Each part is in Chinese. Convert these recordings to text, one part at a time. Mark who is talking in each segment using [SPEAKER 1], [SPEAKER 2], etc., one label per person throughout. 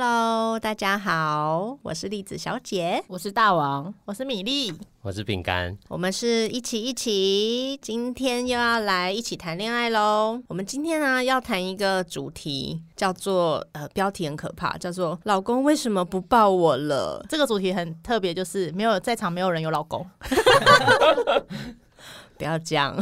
[SPEAKER 1] Hello，大家好，我是栗子小姐，
[SPEAKER 2] 我是大王，
[SPEAKER 3] 我是米粒，
[SPEAKER 4] 我是饼干，
[SPEAKER 1] 我们是一起一起，今天又要来一起谈恋爱喽。我们今天呢、要谈一个主题，叫做呃，标题很可怕，叫做“老公为什么不抱我了
[SPEAKER 3] 这个主题很特别，就是没有在场没有人有老公，”？
[SPEAKER 1] 不要这样，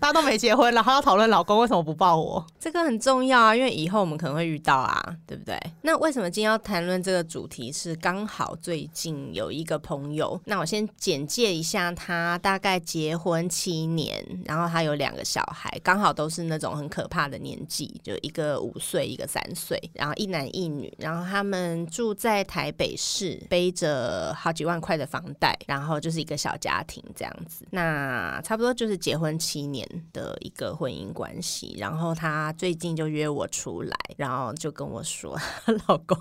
[SPEAKER 3] 大家都没结婚，然后要讨论老公为什么不抱我。
[SPEAKER 1] 这个很重要啊，因为以后我们可能会遇到啊，对不对？那为什么今天要谈论这个主题？是刚好最近有一个朋友，那我先简介一下他，大概结婚七年，然后他有两个小孩，刚好都是那种很可怕的年纪，就一个五岁，一个三岁，然后一男一女，然后他们住在台北市，背着好几万块的房贷，然后就是一个小家庭这样子。那差不多就是结婚七年的一个婚姻关系。然后她最近就约我出来，然后就跟我说 她老公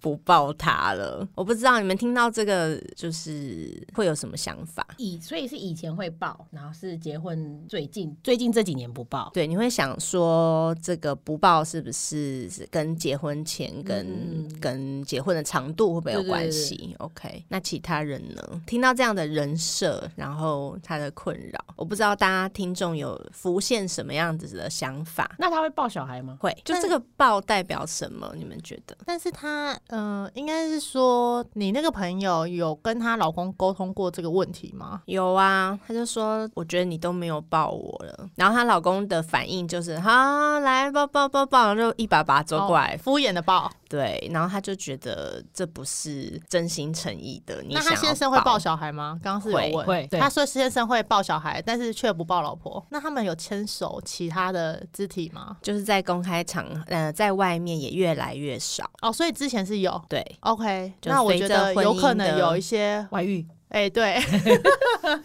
[SPEAKER 1] 不抱她了。我不知道你们听到这个就是会有什么想法？
[SPEAKER 2] 以所以是以前会报，然后是结婚最近最近这几年不报，
[SPEAKER 1] 对，你会想说这个不抱是不是是跟结婚前跟、跟结婚的长度会不会有
[SPEAKER 2] 对对
[SPEAKER 1] 关
[SPEAKER 2] 嗯对
[SPEAKER 1] 系 o k 那其他人呢？听到这样的人设，然后他的困扰，我不知道大家听众有浮现什么样子的想法？
[SPEAKER 2] 那他会抱小孩吗？
[SPEAKER 1] 会，就
[SPEAKER 3] 但
[SPEAKER 1] 这个抱代表什么？你们觉得？
[SPEAKER 3] 但是她，嗯、应该是说你那个朋友有跟她老公沟通过这个问题吗？
[SPEAKER 1] 有啊，她就说，我觉得你都没有抱我了。然后她老公的反应就是，好、来抱抱抱抱，然后就一把把她抓过来，
[SPEAKER 3] 哦敷衍的抱。
[SPEAKER 1] 对，然后他就觉得这不是真心诚意的。你
[SPEAKER 3] 那
[SPEAKER 1] 想
[SPEAKER 3] 她
[SPEAKER 1] 要
[SPEAKER 3] 先生会抱小孩吗？刚刚是有问，
[SPEAKER 2] 会会
[SPEAKER 3] 她说先生会抱小孩，但是却不抱老婆。那他们有牵手其他的肢体吗？
[SPEAKER 1] 就是在公开场，呃，在外面也越来越 少。
[SPEAKER 3] 哦，所以之前是有。
[SPEAKER 1] 对，
[SPEAKER 3] OK，
[SPEAKER 1] 就
[SPEAKER 3] 那我
[SPEAKER 1] 随
[SPEAKER 3] 觉
[SPEAKER 1] 着
[SPEAKER 3] 得
[SPEAKER 1] 婚
[SPEAKER 3] 有
[SPEAKER 1] 姻
[SPEAKER 3] 可能
[SPEAKER 1] 的
[SPEAKER 3] 有一些，
[SPEAKER 2] 外遇
[SPEAKER 3] 哎、对，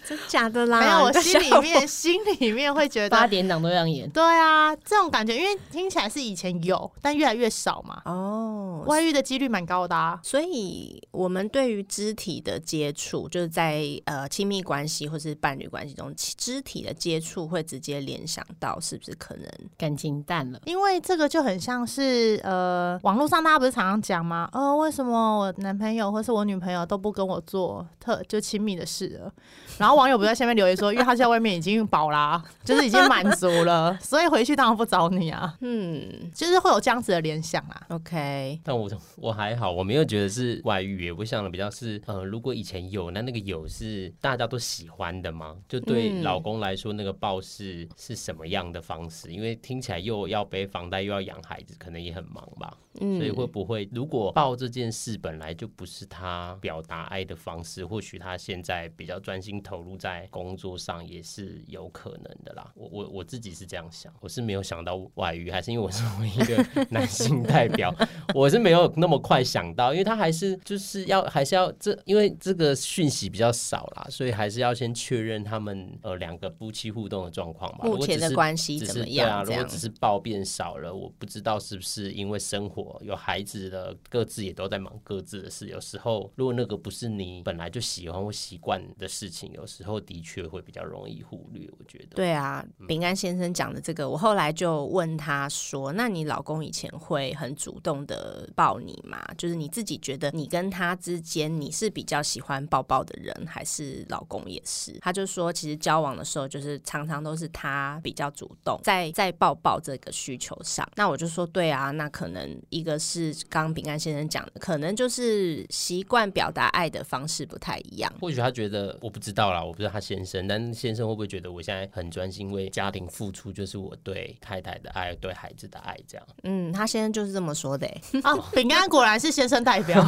[SPEAKER 1] 真假的啦
[SPEAKER 3] 没有，我心里。
[SPEAKER 1] 你在
[SPEAKER 3] 面心里面会觉
[SPEAKER 2] 八
[SPEAKER 3] 得，
[SPEAKER 2] 点档都这样演，
[SPEAKER 3] 对啊，这种感觉，因为听起来是以前有，但越来越少嘛，
[SPEAKER 1] 想哦，
[SPEAKER 3] 外遇的几率蛮高的、啊。
[SPEAKER 1] 所以我们对于肢体的接触，就是在呃亲密关系或是伴侣关系中，其肢体的接触会直接联想到是不是可能
[SPEAKER 2] 感情淡了。
[SPEAKER 3] 因为这个就很像是呃，网络上大家不是常常讲吗？呃，为什么我男朋友或是我女朋友都不跟我做特就亲密的事了？然后网友不是在下面留言说，因为他在外面已经饱啦、 就是已经满足了，所以回去当然不找你啊，
[SPEAKER 1] 嗯
[SPEAKER 3] 就是会有这样子的联想啊。
[SPEAKER 1] OK
[SPEAKER 4] 但我我还好，我没有觉得是外遇耶，我想的比较是，呃，如果以前有，那那个有是大家都喜欢的吗？就对
[SPEAKER 1] 嗯
[SPEAKER 4] 老公来说，那个抱是是什么样的方式？因为听起来又要背房贷，又要养孩子，可能也很忙吧。
[SPEAKER 1] 嗯，
[SPEAKER 4] 所以会不会，如果抱这件事本来就不是他表达爱的方式，或许他现在比较专心投入在工作上，也是有可能的啦。我我我自己是这样想，我是没有想到外遇，还是因为我是唯一 的男性代表，我是没有那么快想到，因为他还是就是要还是要这，因为这个讯息比较少啦，所以还是要先确认他们呃两个夫妻互动的状况吧。如
[SPEAKER 1] 目
[SPEAKER 4] 果
[SPEAKER 1] 前
[SPEAKER 4] 只
[SPEAKER 1] 的
[SPEAKER 4] 是
[SPEAKER 1] 关系
[SPEAKER 4] 只
[SPEAKER 1] 怎
[SPEAKER 4] 是
[SPEAKER 1] 么
[SPEAKER 4] 对啊，
[SPEAKER 1] 样？这
[SPEAKER 4] 如果
[SPEAKER 1] 样
[SPEAKER 4] 只是抱变少了，我不知道是不是因为生活有孩子了，各自也都在忙各自的事。有时候如果那个不是你本来就喜欢或习惯的事情，有时候的确会比较容易忽略。我觉得，
[SPEAKER 1] 对啊，饼干先生讲的这个，我后来就问他说：“那你老公以前会很主动的抱你吗？就是你自己觉得你跟他之间，你是比较喜欢抱抱的人，还是老公也是？”他就说，其实交往的时候，就是常常都是他比较主动，在在抱抱这个需求上。那我就说，对啊，那可能一个是刚刚饼干先生讲的，可能就是习惯表达爱的方式不太一样。
[SPEAKER 4] 或许他觉得我不知道啦，我不知道他先生，但先生会不会觉得我现在很专心为家庭付出，就是我对太太的爱，对孩子的爱这样？
[SPEAKER 1] 嗯，他先生就是这么说的欸、
[SPEAKER 3] 啊，饼干果然是先生代表。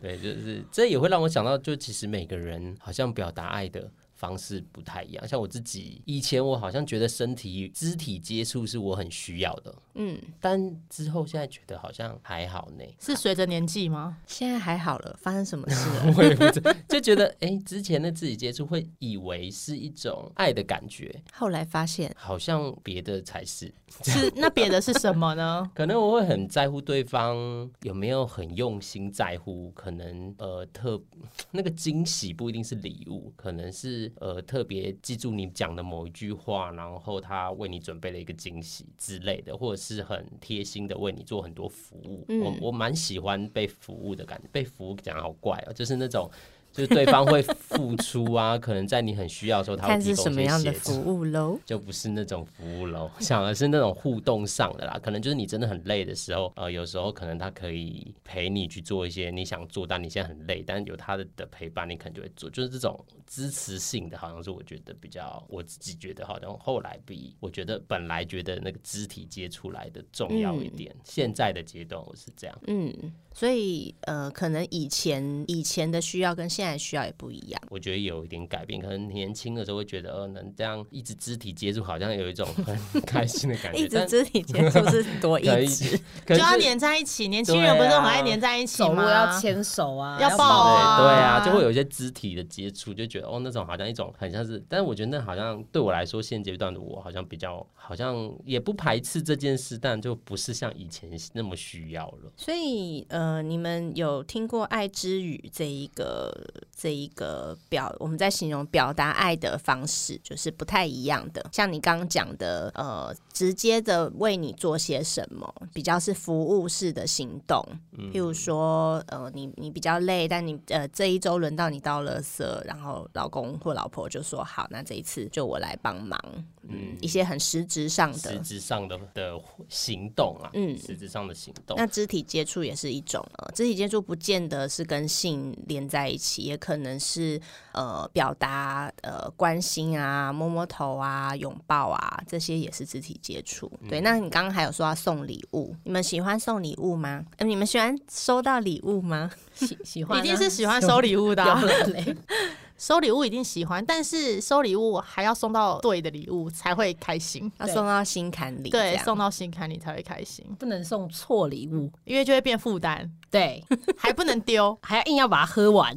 [SPEAKER 4] 对，就是这也会让我想到，就其实每个人好像表达爱的方式不太一样。像我自己以前，我好像觉得身体肢体接触是我很需要的，
[SPEAKER 1] 嗯。
[SPEAKER 4] 但之后现在觉得好像还好呢。
[SPEAKER 3] 是随着年纪吗？
[SPEAKER 1] 现在还好了，发生什么事 了？
[SPEAKER 4] 我也不知就觉得，哎、之前的肢体接触会以为是一种爱的感觉，
[SPEAKER 1] 后来发现，
[SPEAKER 4] 好像别的才是。
[SPEAKER 3] 是那别的是什么呢？
[SPEAKER 4] 可能我会很在乎对方有没有很用心在乎，可能呃特那个惊喜不一定是礼物，可能是是呃特别记住你讲的某一句话，然后他为你准备了一个惊喜之类的，或者是很贴心的为你做很多服务。
[SPEAKER 1] 嗯
[SPEAKER 4] 我我蛮喜欢被服务的感觉，被服务讲好怪哦、就是那种。就是对方会付出啊， 可能在你很需要的时候，他会
[SPEAKER 1] 看
[SPEAKER 4] 提
[SPEAKER 1] 是
[SPEAKER 4] 供
[SPEAKER 1] 什
[SPEAKER 4] 一
[SPEAKER 1] 么
[SPEAKER 4] 些
[SPEAKER 1] 样的
[SPEAKER 4] 协助
[SPEAKER 1] 服务喽。
[SPEAKER 4] 就不是那种服务喽， 想的是那种互动上的啦。可能就是你真的很累的时候，呃，有时候可能他可以陪你去做一些你想做，但你现在很累，但有他的的陪伴，你可能就会做。就是这种支持性的，好像是我觉得比较，我自己觉得好像后来比我觉得本来觉得那个肢体接触来的重要一点。现在的阶段我是这样，
[SPEAKER 1] 嗯，所以呃，可能以前以前的需要跟现在的需要也不一样。
[SPEAKER 4] 我觉得有一点改变。可能年轻的时候会觉得，呃，能这样一直肢体接触，好像有一种很开心的感 觉，
[SPEAKER 1] 一直
[SPEAKER 4] 但
[SPEAKER 1] 肢体接触是多
[SPEAKER 4] 可
[SPEAKER 1] 一
[SPEAKER 4] 以
[SPEAKER 1] 直，
[SPEAKER 4] 可
[SPEAKER 3] 就要
[SPEAKER 4] 是
[SPEAKER 3] 黏在一起。年轻人不是很爱黏在一起
[SPEAKER 2] 啊走路
[SPEAKER 3] 吗？
[SPEAKER 2] 要牵手啊，
[SPEAKER 3] 要抱
[SPEAKER 4] 对
[SPEAKER 3] 啊
[SPEAKER 4] 对啊，就会有一些肢体的接触，就觉得哦，那种好像一种很像是，但是我觉得那好像对我来说，现阶段的我好像比较，好像也不排斥这件事，但就不是像以前那么需要了。
[SPEAKER 1] 所以呃，你们有听过“爱之语”这一个这一个表，我们在形容表达爱的方式，就是不太一样的。像你刚刚讲的，呃，直接的为你做些什么，比较是服务式的行动。
[SPEAKER 4] 嗯
[SPEAKER 1] 譬如说，呃，你你比较累，但你呃这一周轮到你倒垃圾，然后老公或老婆就说好，那这一次就我来帮忙。嗯，一些很实质上
[SPEAKER 4] 实
[SPEAKER 1] 的。
[SPEAKER 4] 质上的的行动啊，
[SPEAKER 1] 嗯
[SPEAKER 4] 实质上的行动，
[SPEAKER 1] 那肢体接触也是一种，呃，肢体接触不见得是跟性连在一起，也可能是呃表达呃关心啊、摸摸头啊、拥抱啊，这些也是肢体接触。对，那你刚刚还有说要送礼物，你们喜欢送礼物吗？呃、你们喜欢收到礼物吗？
[SPEAKER 2] 喜喜欢啊，
[SPEAKER 3] 一定是喜欢收礼物的啊、
[SPEAKER 2] 有人嘞
[SPEAKER 3] 收礼物一定喜欢，但是收礼物还要送到对的礼物才会开心。
[SPEAKER 1] 要
[SPEAKER 2] 对
[SPEAKER 1] 送到心坎里，这
[SPEAKER 3] 对，
[SPEAKER 1] 样
[SPEAKER 3] 送到心坎里才会开心，
[SPEAKER 2] 不能送错礼物，
[SPEAKER 3] 因为就会变负担，
[SPEAKER 2] 对，。
[SPEAKER 3] 还不能丢
[SPEAKER 2] 还要硬要把它喝 完。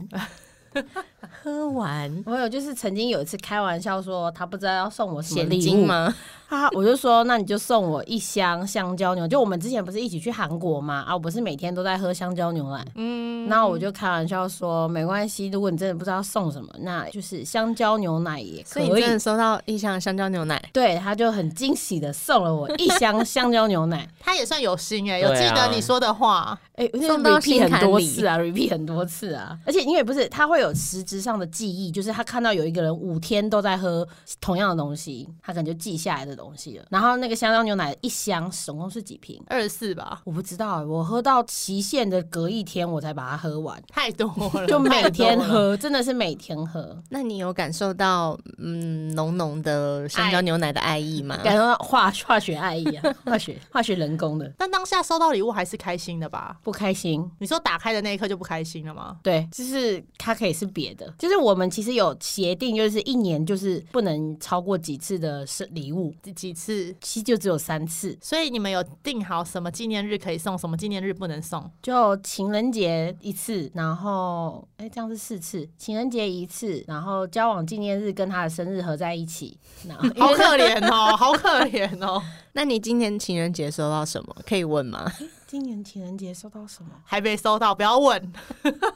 [SPEAKER 1] 喝完
[SPEAKER 2] 我有就是曾经有一次开玩笑说他不知道要送我什么
[SPEAKER 1] 现
[SPEAKER 2] 礼
[SPEAKER 1] 金
[SPEAKER 2] 物，
[SPEAKER 1] 吗？
[SPEAKER 2] 啊，我就说那你就送我一箱香蕉牛，就我们之前不是一起去韩国嘛，啊，我不是每天都在喝香蕉牛奶，嗯，那我就开玩笑说没关系，如果你真的不知道送什么，那就是香蕉牛奶也可
[SPEAKER 1] 所以你
[SPEAKER 2] 以
[SPEAKER 1] 真。的收到一箱香蕉牛奶，
[SPEAKER 2] 对，他就很惊喜的送了我一 箱香蕉牛奶，
[SPEAKER 3] 他也算有心
[SPEAKER 4] 对
[SPEAKER 3] 哎、有
[SPEAKER 4] 啊
[SPEAKER 3] 记得你说的话，
[SPEAKER 2] 哎、我
[SPEAKER 1] 送到
[SPEAKER 2] repeat
[SPEAKER 1] 心坎
[SPEAKER 2] 很多
[SPEAKER 1] 里
[SPEAKER 2] 次啊，repeat 很多次啊，而且因为不是他会有实质上的记忆，就是他看到有一个人五天都在喝同样的东西，他可能就记下来的东西了。然后那个香蕉牛奶一箱总共是几瓶？
[SPEAKER 3] 二十四吧，
[SPEAKER 2] 我不知道欸，我喝到期限的隔一天我才把它喝 完，
[SPEAKER 3] 太多 了，
[SPEAKER 2] 就每
[SPEAKER 3] 太多
[SPEAKER 2] 天
[SPEAKER 3] 了。
[SPEAKER 2] 喝，真的是每天喝，
[SPEAKER 1] 那你有感受到嗯浓浓的香蕉
[SPEAKER 2] 爱
[SPEAKER 1] 牛奶的爱意
[SPEAKER 3] 嗯
[SPEAKER 1] 吗？
[SPEAKER 2] 感受到化化学爱意啊，化学化学人工的
[SPEAKER 3] 但当下收到礼物还是开心的吧？
[SPEAKER 2] 不开心。
[SPEAKER 3] 你说打开的那一刻就不开心了吗？
[SPEAKER 2] 对，就是它可以是别的，就是我们其实有协定，就是一年就是不能超过几次的生礼物，
[SPEAKER 3] 几几次？
[SPEAKER 2] 其实就只有三次，
[SPEAKER 3] 所以你们有定好什么纪念日可以送，什么纪念日不能送？
[SPEAKER 2] 就情人节一次，然后哎、这样是四次，情人节一次，然后交往纪念日跟他的生日合在一起，然 后因
[SPEAKER 3] 好
[SPEAKER 2] 为
[SPEAKER 3] 可怜哦，好可怜哦，
[SPEAKER 1] 那你今年情人节收到什么？可以问吗？
[SPEAKER 2] 今年情人节收到什么？
[SPEAKER 3] 还没收到，不要问。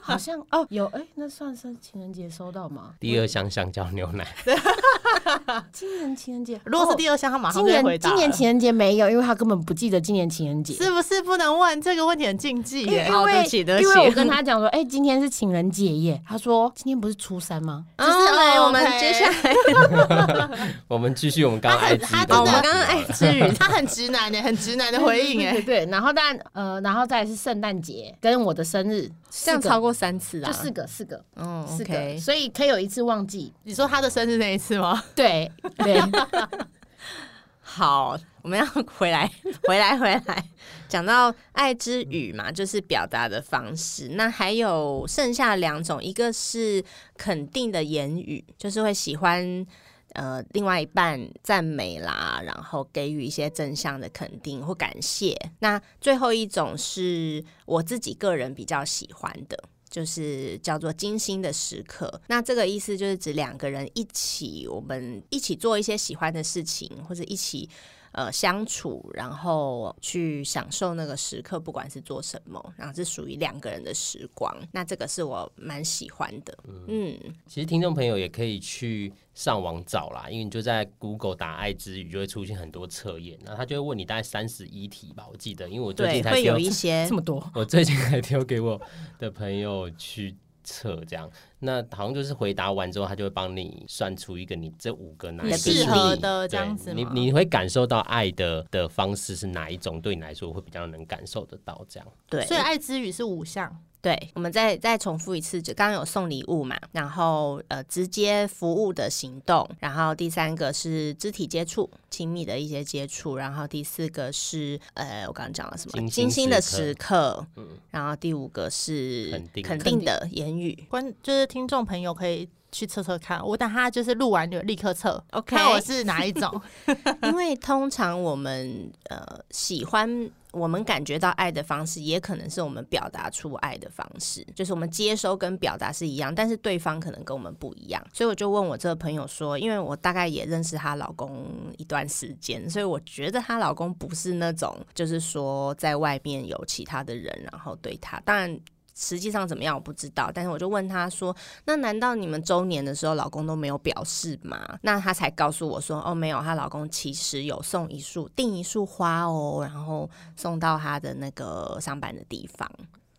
[SPEAKER 2] 好像哦，有哎、那算是情人节收到吗？
[SPEAKER 4] 第二箱香蕉牛奶，
[SPEAKER 2] 今年情人节，
[SPEAKER 3] 如果是第二箱，他马
[SPEAKER 2] 哦
[SPEAKER 3] 上
[SPEAKER 2] 今
[SPEAKER 3] 就会
[SPEAKER 2] 年
[SPEAKER 3] 回答
[SPEAKER 2] 今
[SPEAKER 3] 了。
[SPEAKER 2] 年情人节没有，因为他根本不记得今年情人节。
[SPEAKER 3] 是不是不能问这个问题很禁忌
[SPEAKER 2] 因为
[SPEAKER 3] 耶？
[SPEAKER 2] 因
[SPEAKER 1] 哦对
[SPEAKER 2] 为
[SPEAKER 1] 不起对不
[SPEAKER 2] 因
[SPEAKER 1] 起
[SPEAKER 2] 为我跟他讲说，哎、今天是情人节耶。他说今天不是初三 吗？
[SPEAKER 1] 就是 来，
[SPEAKER 3] 哦
[SPEAKER 1] 我们
[SPEAKER 3] OK
[SPEAKER 1] 接下来，
[SPEAKER 4] 我们继续我们刚刚
[SPEAKER 3] 他
[SPEAKER 4] 爱
[SPEAKER 3] 很
[SPEAKER 4] 之
[SPEAKER 3] 他
[SPEAKER 4] 的
[SPEAKER 3] 真
[SPEAKER 1] 哦我们啊刚
[SPEAKER 4] 话题好
[SPEAKER 3] 的
[SPEAKER 1] 刚哎
[SPEAKER 4] 了，
[SPEAKER 1] 爱 之语，
[SPEAKER 3] 他很直男的，很直男的回应
[SPEAKER 2] 对
[SPEAKER 3] 哎。
[SPEAKER 2] 对。然后但呃，然后再来是圣诞节跟我的生日，
[SPEAKER 1] 这样
[SPEAKER 2] 四个
[SPEAKER 1] 超过三次啊，
[SPEAKER 2] 就四个四个
[SPEAKER 1] 嗯
[SPEAKER 2] 四个，
[SPEAKER 1] ，OK，
[SPEAKER 2] 所以可以有一次忘记。
[SPEAKER 3] 你说他的生日那一次吗？
[SPEAKER 2] 对 对，
[SPEAKER 1] 好，我们要回来， 回来，回来，讲到爱之语嘛，就是表达的方式。那还有剩下两种，一个是肯定的言语，就是会喜欢。呃，另外一半赞美啦，然后给予一些正向的肯定或感谢。那最后一种是我自己个人比较喜欢的，就是叫做精心的时刻。那这个意思就是指两个人一起，我们一起做一些喜欢的事情，或者一起。呃相处，然后去享受那个时刻，不管是做什么，然后是属于两个人的时光。那这个是我蛮喜欢的，嗯，
[SPEAKER 4] 其实听众朋友也可以去上网找啦，因为你就在 Google 打“爱之语”就会出现很多测验，那他就会问你大概三十一题吧，我记得，因为我最
[SPEAKER 1] 对，
[SPEAKER 4] 近才
[SPEAKER 1] 会有
[SPEAKER 4] 丢
[SPEAKER 1] 一些
[SPEAKER 2] 这么多，
[SPEAKER 4] 我最近还丢给我的朋友去测，这样，那好像就是回答完之后，他就会帮你算出一个你这五个哪一个
[SPEAKER 1] 适
[SPEAKER 4] 是
[SPEAKER 3] 合
[SPEAKER 4] 你
[SPEAKER 3] 的这
[SPEAKER 4] 对
[SPEAKER 3] 样子
[SPEAKER 4] 你
[SPEAKER 3] 吗
[SPEAKER 4] 你会感受到爱的的方式是哪一种，对你来说会比较能感受得到这样。
[SPEAKER 1] 对，
[SPEAKER 3] 所以爱之语是五项，
[SPEAKER 1] 对，我们再再重复一次，就刚刚有送礼物嘛，然后呃，直接服务的行动，然后第三个是肢体接触，亲密的一些接触，然后第四个是呃，我刚刚讲了什么？
[SPEAKER 4] 精心
[SPEAKER 1] 精心的时
[SPEAKER 4] 时嗯
[SPEAKER 1] 刻，然后第五个是
[SPEAKER 4] 肯定
[SPEAKER 1] 肯定的言语。
[SPEAKER 3] 关就是听众朋友可以去测测看。我等他就是录完就立刻测
[SPEAKER 1] OK
[SPEAKER 3] 看我是哪 一种。
[SPEAKER 1] 因为通常我们呃喜欢。我们感觉到爱的方式，也可能是我们表达出爱的方式，就是我们接收跟表达是一样，但是对方可能跟我们不一样。所以我就问我这个朋友说，因为我大概也认识她老公一段时间，所以我觉得她老公不是那种就是说在外面有其他的人，然后对她，当然。实际上怎么样我不知道，但是我就问她说：“那难道你们周年的时候，老公都没有表示吗？那她才告诉我说，哦，没有，她老公其实有送一束订一束花哦，然后送到她的那个上班的地方，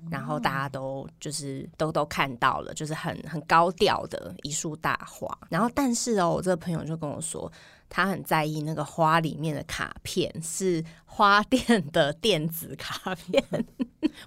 [SPEAKER 1] 然后大家都就是都都看到了，就是很很高调的一束大花。然后但是哦，我这个朋友就跟我说。他很在意那个花里面的卡片是花店的电子卡片，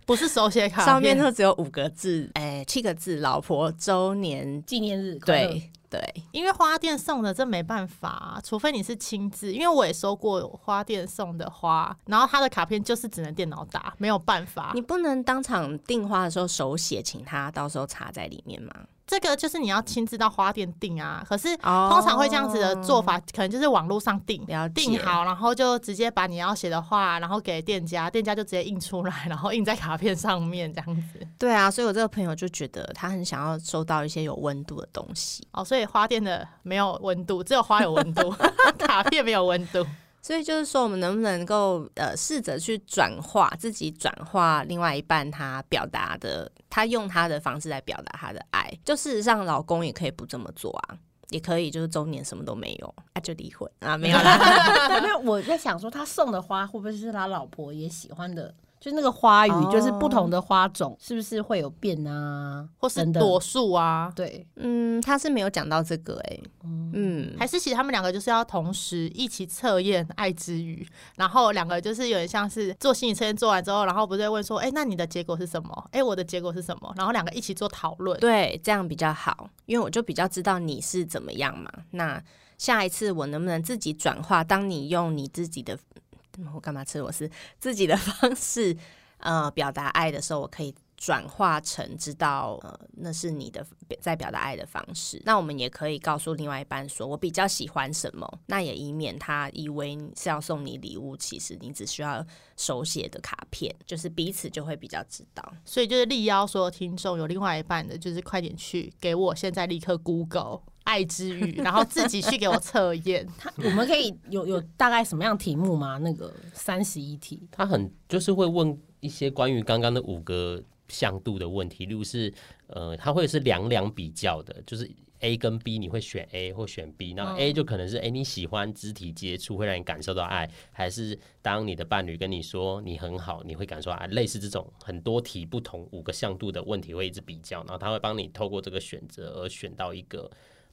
[SPEAKER 3] 不是手写卡片，
[SPEAKER 1] 上面就只有五个字，哎、七个字，老婆周年
[SPEAKER 2] 纪念日快乐，
[SPEAKER 1] 对对，
[SPEAKER 3] 因为花店送的这没办法、除非你是亲自，因为我也收过花店送的花，然后他的卡片就是只能电脑打，没有办法
[SPEAKER 1] 你。不能当场订花的时候手写，请他到时候插在里面吗？
[SPEAKER 3] 这个就是你要亲自到花店订啊，可是。
[SPEAKER 1] 哦
[SPEAKER 3] 通常会这样子的做法，可能就是网络上订
[SPEAKER 1] 了，解
[SPEAKER 3] 订好，然后就直接把你要写的话，然后给店家，店家就直接印出来，然后印在卡片上面这样子。
[SPEAKER 1] 对啊，所以我这个朋友就觉得他很想要收到一些有温度的东西，
[SPEAKER 3] 哦，所以花店的没有温度，只有花有温度，卡片没有温度。
[SPEAKER 1] 所以就是说，我们能不能够呃试着去转化自己，转化另外一半他表达的，他用他的方式来表达他的爱。就事实上，老公也可以不这么做啊，也可以就是中年什么都没有啊，就离婚啊，没有啦。
[SPEAKER 2] 那我在想说，他送的花会不会是他老婆也喜欢的？就是那个花语，
[SPEAKER 1] 哦
[SPEAKER 2] 就是不同的花种，是不是会有变啊？
[SPEAKER 3] 或是
[SPEAKER 2] 等等
[SPEAKER 3] 朵树啊，
[SPEAKER 2] 对，
[SPEAKER 1] 嗯，他是没有讲到这个哎、嗯，
[SPEAKER 3] 还是其实他们两个就是要同时一起测验爱之语，然后两个就是有点像是做心理测验做完之后，然后不是会问说，哎、那你的结果是什么？哎、我的结果是什么？然后两个一起做讨论。
[SPEAKER 1] 对，这样比较好，因为我就比较知道你是怎么样嘛。那下一次我能不能自己转化？当你用你自己的，嗯我干嘛吃我是自己的方式，呃，表达爱的时候，我可以转化成知道，呃，那是你的在表达爱的方式。呃那我们也可以告诉另外一半说，我比较喜欢什么，那也以免他以为你是要送你礼物，其实你只需要手写的卡片，就是彼此就会比较知道。
[SPEAKER 3] 所以就是力邀所有听众有另外一半的，就是快点去给我现在立刻 Google 爱之语， 然后自己去给我测验。
[SPEAKER 2] 他我们可以有有大概什么样题目吗？那个三十一题，
[SPEAKER 4] 他很就是会问一些关于刚刚的五个向度的问题，例如是呃，他会是两两比较的，就是 A 跟 B 你会选 A 或选 B，那 A 就可能是哎、诶你喜欢肢体接触会让你感受到爱，还是当你的伴侣跟你说你很好，你会感受到爱，类似这种很多题不同五个向度的问题会一直比较，然后他会帮你透过这个选择而选到一个。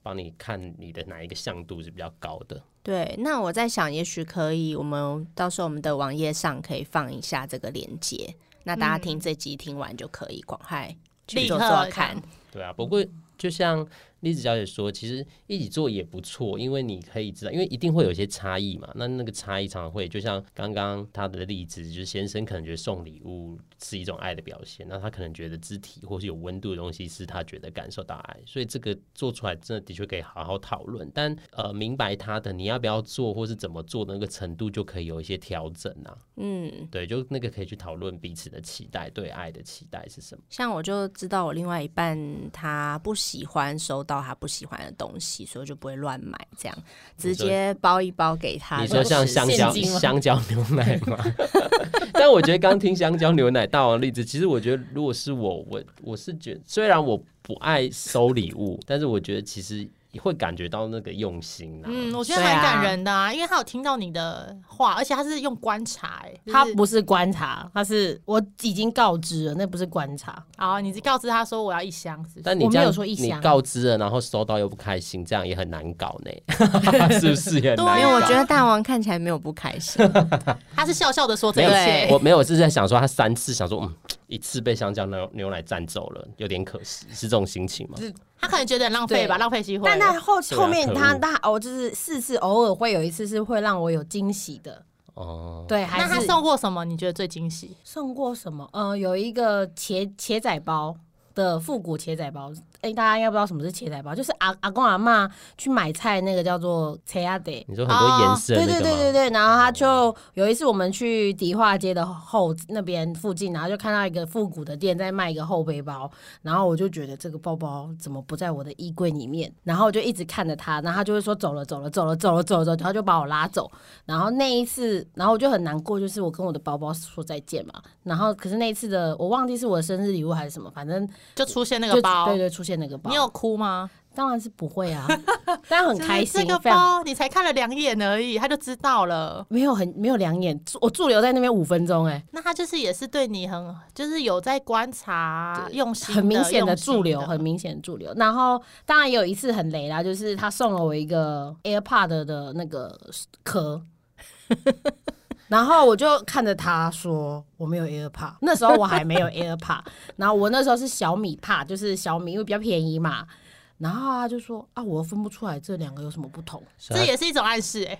[SPEAKER 4] 帮你看你的哪一个向度是比较高的，
[SPEAKER 1] 对，那我在想，也许可以，我们到时候我们的网页上可以放一下这个链接，那大家听这集听完就可以广快去
[SPEAKER 3] 立
[SPEAKER 1] 做
[SPEAKER 3] 刻
[SPEAKER 1] 做看。
[SPEAKER 4] 对啊，不过就像栗子小姐说，其实一起做也不错，因为你可以知道，因为一定会有一些差异嘛。那那个差异常常会，就像刚刚她的例子，就是先生可能觉得送礼物是一种爱的表现，那他可能觉得肢体或是有温度的东西是他觉得感受到爱，所以这个做出来真的的确可以好好讨论。但呃，明白他的你要不要做或是怎么做的那个程度，就可以有一些调整啊。
[SPEAKER 1] 嗯，
[SPEAKER 4] 对，就那个可以去讨论彼此的期待，对爱的期待是什么。
[SPEAKER 1] 像我就知道我另外一半他不喜欢收到他不喜欢的东西，所以就不会乱买，这样直
[SPEAKER 4] 你说
[SPEAKER 1] 接包一包给他。
[SPEAKER 4] 你说像
[SPEAKER 1] 就是
[SPEAKER 4] 香蕉
[SPEAKER 2] 啊现金吗
[SPEAKER 4] 香蕉牛奶吗？ 但我觉得刚听香蕉牛奶大王的例子，其实我觉得如果是我，我我是觉虽然我不爱收礼物，但是我觉得其实会感觉到那个用心啦、
[SPEAKER 3] 嗯，我觉得
[SPEAKER 2] 对
[SPEAKER 3] 蛮
[SPEAKER 2] 啊
[SPEAKER 3] 感人的啊，因为他有听到你的话，而且他是用观察、欸，就是
[SPEAKER 2] 他不是观察，他是我已经告知了，那不是观察。
[SPEAKER 3] 啊，你是告知他说我要一箱是不是
[SPEAKER 4] 但你
[SPEAKER 2] 我
[SPEAKER 4] 这
[SPEAKER 2] 没有
[SPEAKER 4] 样
[SPEAKER 2] 说一
[SPEAKER 4] 你
[SPEAKER 2] 箱
[SPEAKER 4] 告知了，然后收到又不开心，这样也很难搞呢， 是不是也很难
[SPEAKER 3] 对
[SPEAKER 4] 搞？
[SPEAKER 3] 啊
[SPEAKER 1] 没有，我觉得大王看起来没有不开心，
[SPEAKER 3] 他是笑笑的说这
[SPEAKER 4] 没
[SPEAKER 3] 一
[SPEAKER 4] 有
[SPEAKER 1] 对
[SPEAKER 3] 切，
[SPEAKER 4] 我没有是在想说他三次想说，嗯，一次被香蕉牛牛奶占走了，有点可惜，是这种心情吗？
[SPEAKER 3] 他可能觉得很浪费吧，
[SPEAKER 2] 对
[SPEAKER 3] 浪费机会。
[SPEAKER 2] 但他后
[SPEAKER 4] 对啊
[SPEAKER 2] 后面
[SPEAKER 4] 可恶
[SPEAKER 2] 他他哦，就是四次偶尔会有一次是会让我有惊喜的，
[SPEAKER 4] 哦，
[SPEAKER 2] 对，还
[SPEAKER 3] 那
[SPEAKER 2] 是
[SPEAKER 3] 他送过什么？你觉得最惊喜？
[SPEAKER 2] 送过什么？呃，有一个茄茄仔包的复古茄仔包，哎、大家应该不知道什么是茄仔包，就是阿阿公阿妈去买菜那个叫做茄仔得。
[SPEAKER 4] 你说很多颜色
[SPEAKER 2] 对
[SPEAKER 4] 的那
[SPEAKER 2] 哦对
[SPEAKER 4] 个吗？哦
[SPEAKER 2] 对对对，然后他就有一次我们去迪化街的后那边附近，然后就看到一个复古的店在卖一个后背包，然后我就觉得这个包包怎么不在我的衣柜里面，然后我就一直看着他，然后他就会说走了走了走了走了走了走了，他就把我拉走，然后那一次，然后我就很难过，就是我跟我的包包说再见嘛。然后可是那一次的我忘记是我的生日礼物还是什么，反正
[SPEAKER 3] 就出现那
[SPEAKER 2] 那
[SPEAKER 3] 个包
[SPEAKER 2] 对，对出现那个包，
[SPEAKER 3] 你有哭吗？
[SPEAKER 2] 当然是不会啊，但很开心，
[SPEAKER 3] 哎就是这个
[SPEAKER 2] 哎非常
[SPEAKER 3] 包你才看了两眼而已，他就知道了。
[SPEAKER 2] 没有很没有两眼，我驻留在那边五分钟、哎，
[SPEAKER 3] 那他就是也是对你很，就是有在观察，用心的
[SPEAKER 2] 很明显的
[SPEAKER 3] 用心
[SPEAKER 2] 驻留，很明显的驻留。然后当然也有一次很雷啦，就是他送了我一个 AirPod 的那个壳。 然后我就看着他说我没有 AirPod，那 时候我还没有 AirPod，然后我那时候是小米帕，就是小米，因为比较便宜嘛。然后他就说啊，我分不出来这两个有什么不同。
[SPEAKER 4] 所以
[SPEAKER 3] 这
[SPEAKER 4] 他
[SPEAKER 3] 也是一种暗示哎、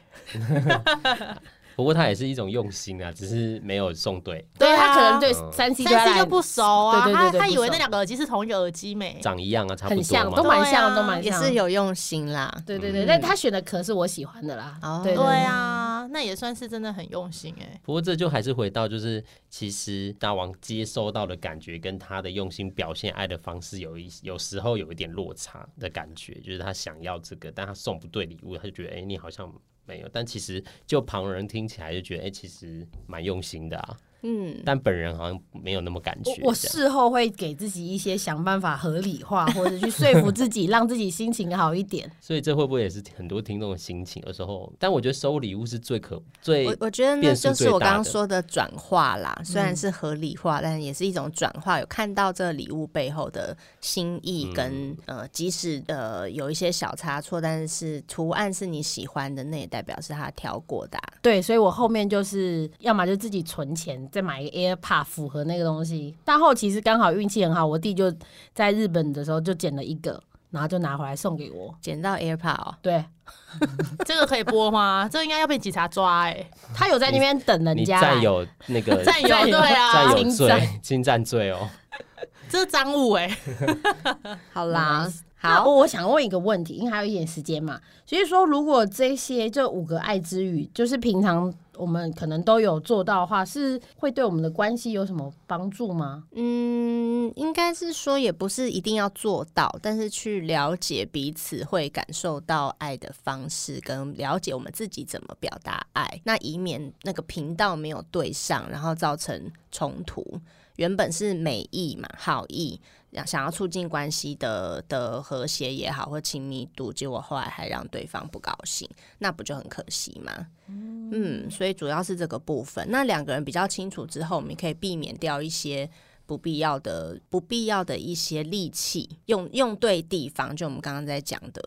[SPEAKER 4] 不过它也是一种用心啊，只是没有送对，
[SPEAKER 3] 对啊
[SPEAKER 2] 他可能对
[SPEAKER 4] 嗯
[SPEAKER 2] 三 C 对他
[SPEAKER 3] 三 C
[SPEAKER 2] 来
[SPEAKER 3] 就不熟啊，
[SPEAKER 2] 对对对对
[SPEAKER 3] 他他
[SPEAKER 2] 不
[SPEAKER 3] 以为那
[SPEAKER 2] 熟
[SPEAKER 3] 两个耳机是同一个耳机没？
[SPEAKER 4] 长一样啊，差不
[SPEAKER 2] 很像，
[SPEAKER 4] 多
[SPEAKER 2] 都
[SPEAKER 4] 嘛。
[SPEAKER 2] 蛮
[SPEAKER 3] 对啊
[SPEAKER 2] 像，都蛮
[SPEAKER 1] 也
[SPEAKER 2] 像。
[SPEAKER 1] 是有用心啦。
[SPEAKER 2] 对对
[SPEAKER 4] 嗯
[SPEAKER 2] 对，但他选的壳是我喜欢的啦
[SPEAKER 1] 哦。
[SPEAKER 2] 对
[SPEAKER 3] 对啊，那也算是真的很用心哎、
[SPEAKER 4] 不过这就还是回到，就是其实大王接收到的感觉跟他的用心表现爱的方式有一有时候有一点落差的感觉，就是他想要这个，但他送不对礼物，他就觉得哎、你好像没有，但其实就旁人听起来就觉得哎、其实蛮用心的啊，
[SPEAKER 1] 嗯，
[SPEAKER 4] 但本人好像没有那么感觉
[SPEAKER 2] 我我
[SPEAKER 4] 这样
[SPEAKER 2] 事后会给自己一些想办法合理化，或者去说服自己，让自己心情好一 点。
[SPEAKER 4] 所以这会不会也是很多听众的心情？有时候，但我觉得收礼物是最可最
[SPEAKER 1] 我我觉得那
[SPEAKER 4] 变
[SPEAKER 1] 就
[SPEAKER 4] 数
[SPEAKER 1] 是
[SPEAKER 4] 最
[SPEAKER 1] 我
[SPEAKER 4] 大
[SPEAKER 1] 刚刚
[SPEAKER 4] 的
[SPEAKER 1] 说的转化啦，虽然是合理化，但也是一种转化。有看到这礼物背后的心意
[SPEAKER 4] 嗯
[SPEAKER 1] 跟，呃，即使呃有一些小差错，但是图案是你喜欢的，那也代表是他挑过的啊、
[SPEAKER 2] 对，所以我后面就是要么就自己存钱，再买一个 AirPod 符合那个东西。但后期是刚好运气很好，我弟就在日本的时候就捡了一个，然后就拿回来送给我。
[SPEAKER 1] 捡到 AirPod 哦，
[SPEAKER 2] 对
[SPEAKER 3] 这个可以播吗？ 这个应该要被警察抓哎、
[SPEAKER 2] 他有在那边等人
[SPEAKER 4] 你
[SPEAKER 2] 家哎来
[SPEAKER 4] 占，有那个
[SPEAKER 3] 占有
[SPEAKER 2] 占有
[SPEAKER 3] 对啊，
[SPEAKER 4] 占有
[SPEAKER 2] 侵
[SPEAKER 4] 罪、
[SPEAKER 2] 占
[SPEAKER 4] 侵占罪哦。
[SPEAKER 3] 这是赃物哎、
[SPEAKER 1] 好啦，
[SPEAKER 2] 那
[SPEAKER 1] 嗯好，
[SPEAKER 2] 我我想问一个问题，因为还有一点时间嘛，所以说如果这些这五个爱之语，就是平常我们可能都有做到的话，是会对我们的关系有什么帮助吗？
[SPEAKER 1] 嗯，应该是说也不是一定要做到，但是去了解彼此，会感受到爱的方式，跟了解我们自己怎么表达爱，那以免那个频道没有对上，然后造成冲突。原本是美意嘛，好意，想想要促进关系的的和谐也好，或亲密度，结果后来还让对方不高兴，那不就很可惜吗？嗯，所以主要是这个部分。那两个人比较清楚之后，我们可以避免掉一些不必要的、不必要的一些力气，用用对地方。就我们刚刚在讲的，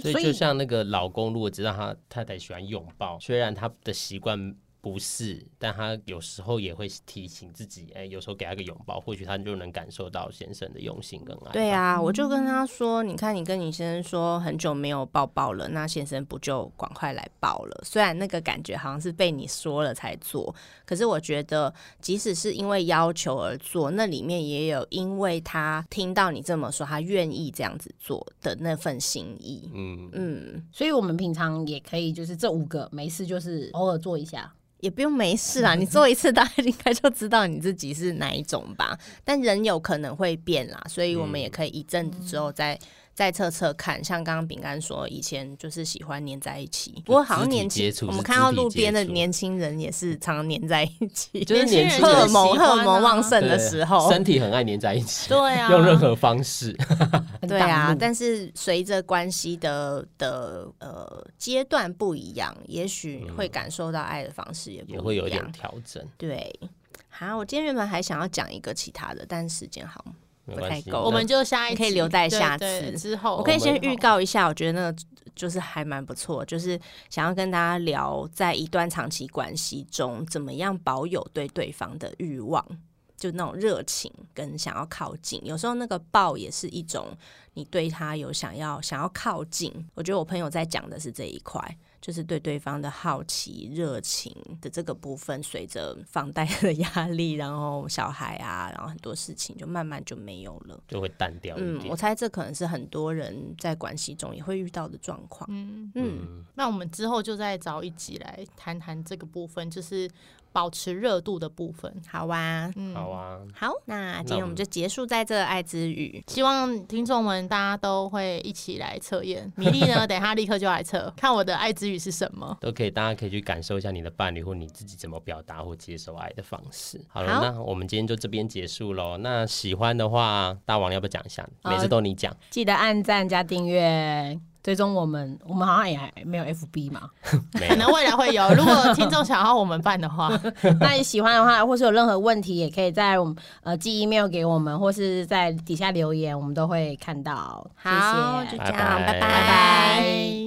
[SPEAKER 4] 所以
[SPEAKER 2] 所以
[SPEAKER 4] 就像那个老公，如果知道他太太喜欢拥抱，虽然他的习惯不是，但他有时候也会提醒自己，哎，有时候给他个拥抱，或许他就能感受到先生的用心跟爱。
[SPEAKER 1] 对，啊，我就跟他说，你看你跟你先生说很久没有抱抱了，那先生不就赶快来抱了？虽然那个感觉好像是被你说了才做，可是我觉得即使是因为要求而做，那里面也有因为他听到你这么说，他愿意这样子做的那份心意。
[SPEAKER 4] 嗯，
[SPEAKER 1] 嗯，
[SPEAKER 2] 所以我们平常也可以就是这五个没事就是偶尔做一下，
[SPEAKER 1] 也不用没事 啦，你做一次大家应该就知道你自己是哪一种吧。但人有可能会变啦，所以我
[SPEAKER 4] 嗯
[SPEAKER 1] 们也可以一阵子之后再、再测测看。像刚刚饼干说，以前就是喜欢黏在一起，不过好像年
[SPEAKER 4] 肢
[SPEAKER 1] 轻
[SPEAKER 4] 体接触，
[SPEAKER 1] 我
[SPEAKER 4] 是
[SPEAKER 1] 们看到
[SPEAKER 4] 肢体
[SPEAKER 1] 路边的
[SPEAKER 4] 接触
[SPEAKER 1] 年轻人也是常常黏在一起，
[SPEAKER 4] 就是年轻
[SPEAKER 3] 轻
[SPEAKER 1] 荷
[SPEAKER 3] 人
[SPEAKER 1] 尔
[SPEAKER 3] 喜
[SPEAKER 1] 蒙荷尔
[SPEAKER 3] 欢
[SPEAKER 1] 蒙
[SPEAKER 3] 啊
[SPEAKER 1] 旺盛的
[SPEAKER 4] 对
[SPEAKER 1] 时候，
[SPEAKER 4] 身体很爱黏在一起，
[SPEAKER 2] 对啊
[SPEAKER 4] 用任何方式，
[SPEAKER 2] 很
[SPEAKER 1] 对
[SPEAKER 2] 挡
[SPEAKER 1] 啊
[SPEAKER 2] 路，
[SPEAKER 1] 但是随着关系的的呃阶段不一样，也许会感受到爱的方式也不一
[SPEAKER 4] 嗯也
[SPEAKER 1] 样。
[SPEAKER 4] 会有一点调整，
[SPEAKER 1] 对。好，我今天原本还想要讲一个其他的，但时间好，
[SPEAKER 4] 没关系。
[SPEAKER 1] 不太够
[SPEAKER 3] 我们就下一
[SPEAKER 1] 你
[SPEAKER 3] 集
[SPEAKER 1] 可以留在下
[SPEAKER 3] 对对
[SPEAKER 1] 次
[SPEAKER 3] 之后，
[SPEAKER 1] 我可以先预告一下，我觉得那个就是还蛮不错，就是想要跟大家聊，在一段长期关系中，怎么样保有对对方的欲望，就那种热情跟想要靠近。有时候那个抱也是一种你对他有想要想要靠近。我觉得我朋友在讲的是这一块。就是对对方的好奇、热情的这个部分，随着房贷的压力，然后小孩啊，然后很多事情就慢慢就没有了。
[SPEAKER 4] 就会淡掉一
[SPEAKER 1] 嗯，我
[SPEAKER 4] 点。
[SPEAKER 1] 猜这可能是很多人在关系中也会遇到的状况。
[SPEAKER 3] 嗯，
[SPEAKER 1] 嗯，
[SPEAKER 3] 那我们之后就再找一集来谈谈这个部分，就是保持热度的部分。
[SPEAKER 1] 好啊，
[SPEAKER 3] 嗯，
[SPEAKER 4] 好啊，
[SPEAKER 1] 好，那今
[SPEAKER 4] 那
[SPEAKER 1] 天
[SPEAKER 4] 我
[SPEAKER 1] 我们
[SPEAKER 4] 们
[SPEAKER 1] 就结束在这个爱之语。
[SPEAKER 3] 希望听众们大家都会一起来测验。米粒呢，等一下立刻就来测，看我的爱之语是什么。
[SPEAKER 4] 都可以，大家可以去感受一下你的伴侣或你自己怎么表达或接受爱的方式。好了，
[SPEAKER 1] 好
[SPEAKER 4] 那我们今天就这边结束喽。那喜欢的话，大王要不要讲一下？
[SPEAKER 3] 呃
[SPEAKER 4] 每次都你讲，
[SPEAKER 2] 记得按赞加订阅，追踪我们。我们好像也还没有 FB 嘛。
[SPEAKER 4] 没
[SPEAKER 3] 可
[SPEAKER 4] 有
[SPEAKER 3] 能未来会有，如果听众想要我们办的话，
[SPEAKER 2] 那你喜欢的话，或是有任何问题，也可以在我们呃寄 email 给我们，或是在底下留言，我们都会看到。谢
[SPEAKER 1] 好，
[SPEAKER 2] 谢
[SPEAKER 1] 就这样，
[SPEAKER 4] 拜
[SPEAKER 1] 拜
[SPEAKER 4] 拜
[SPEAKER 3] 拜。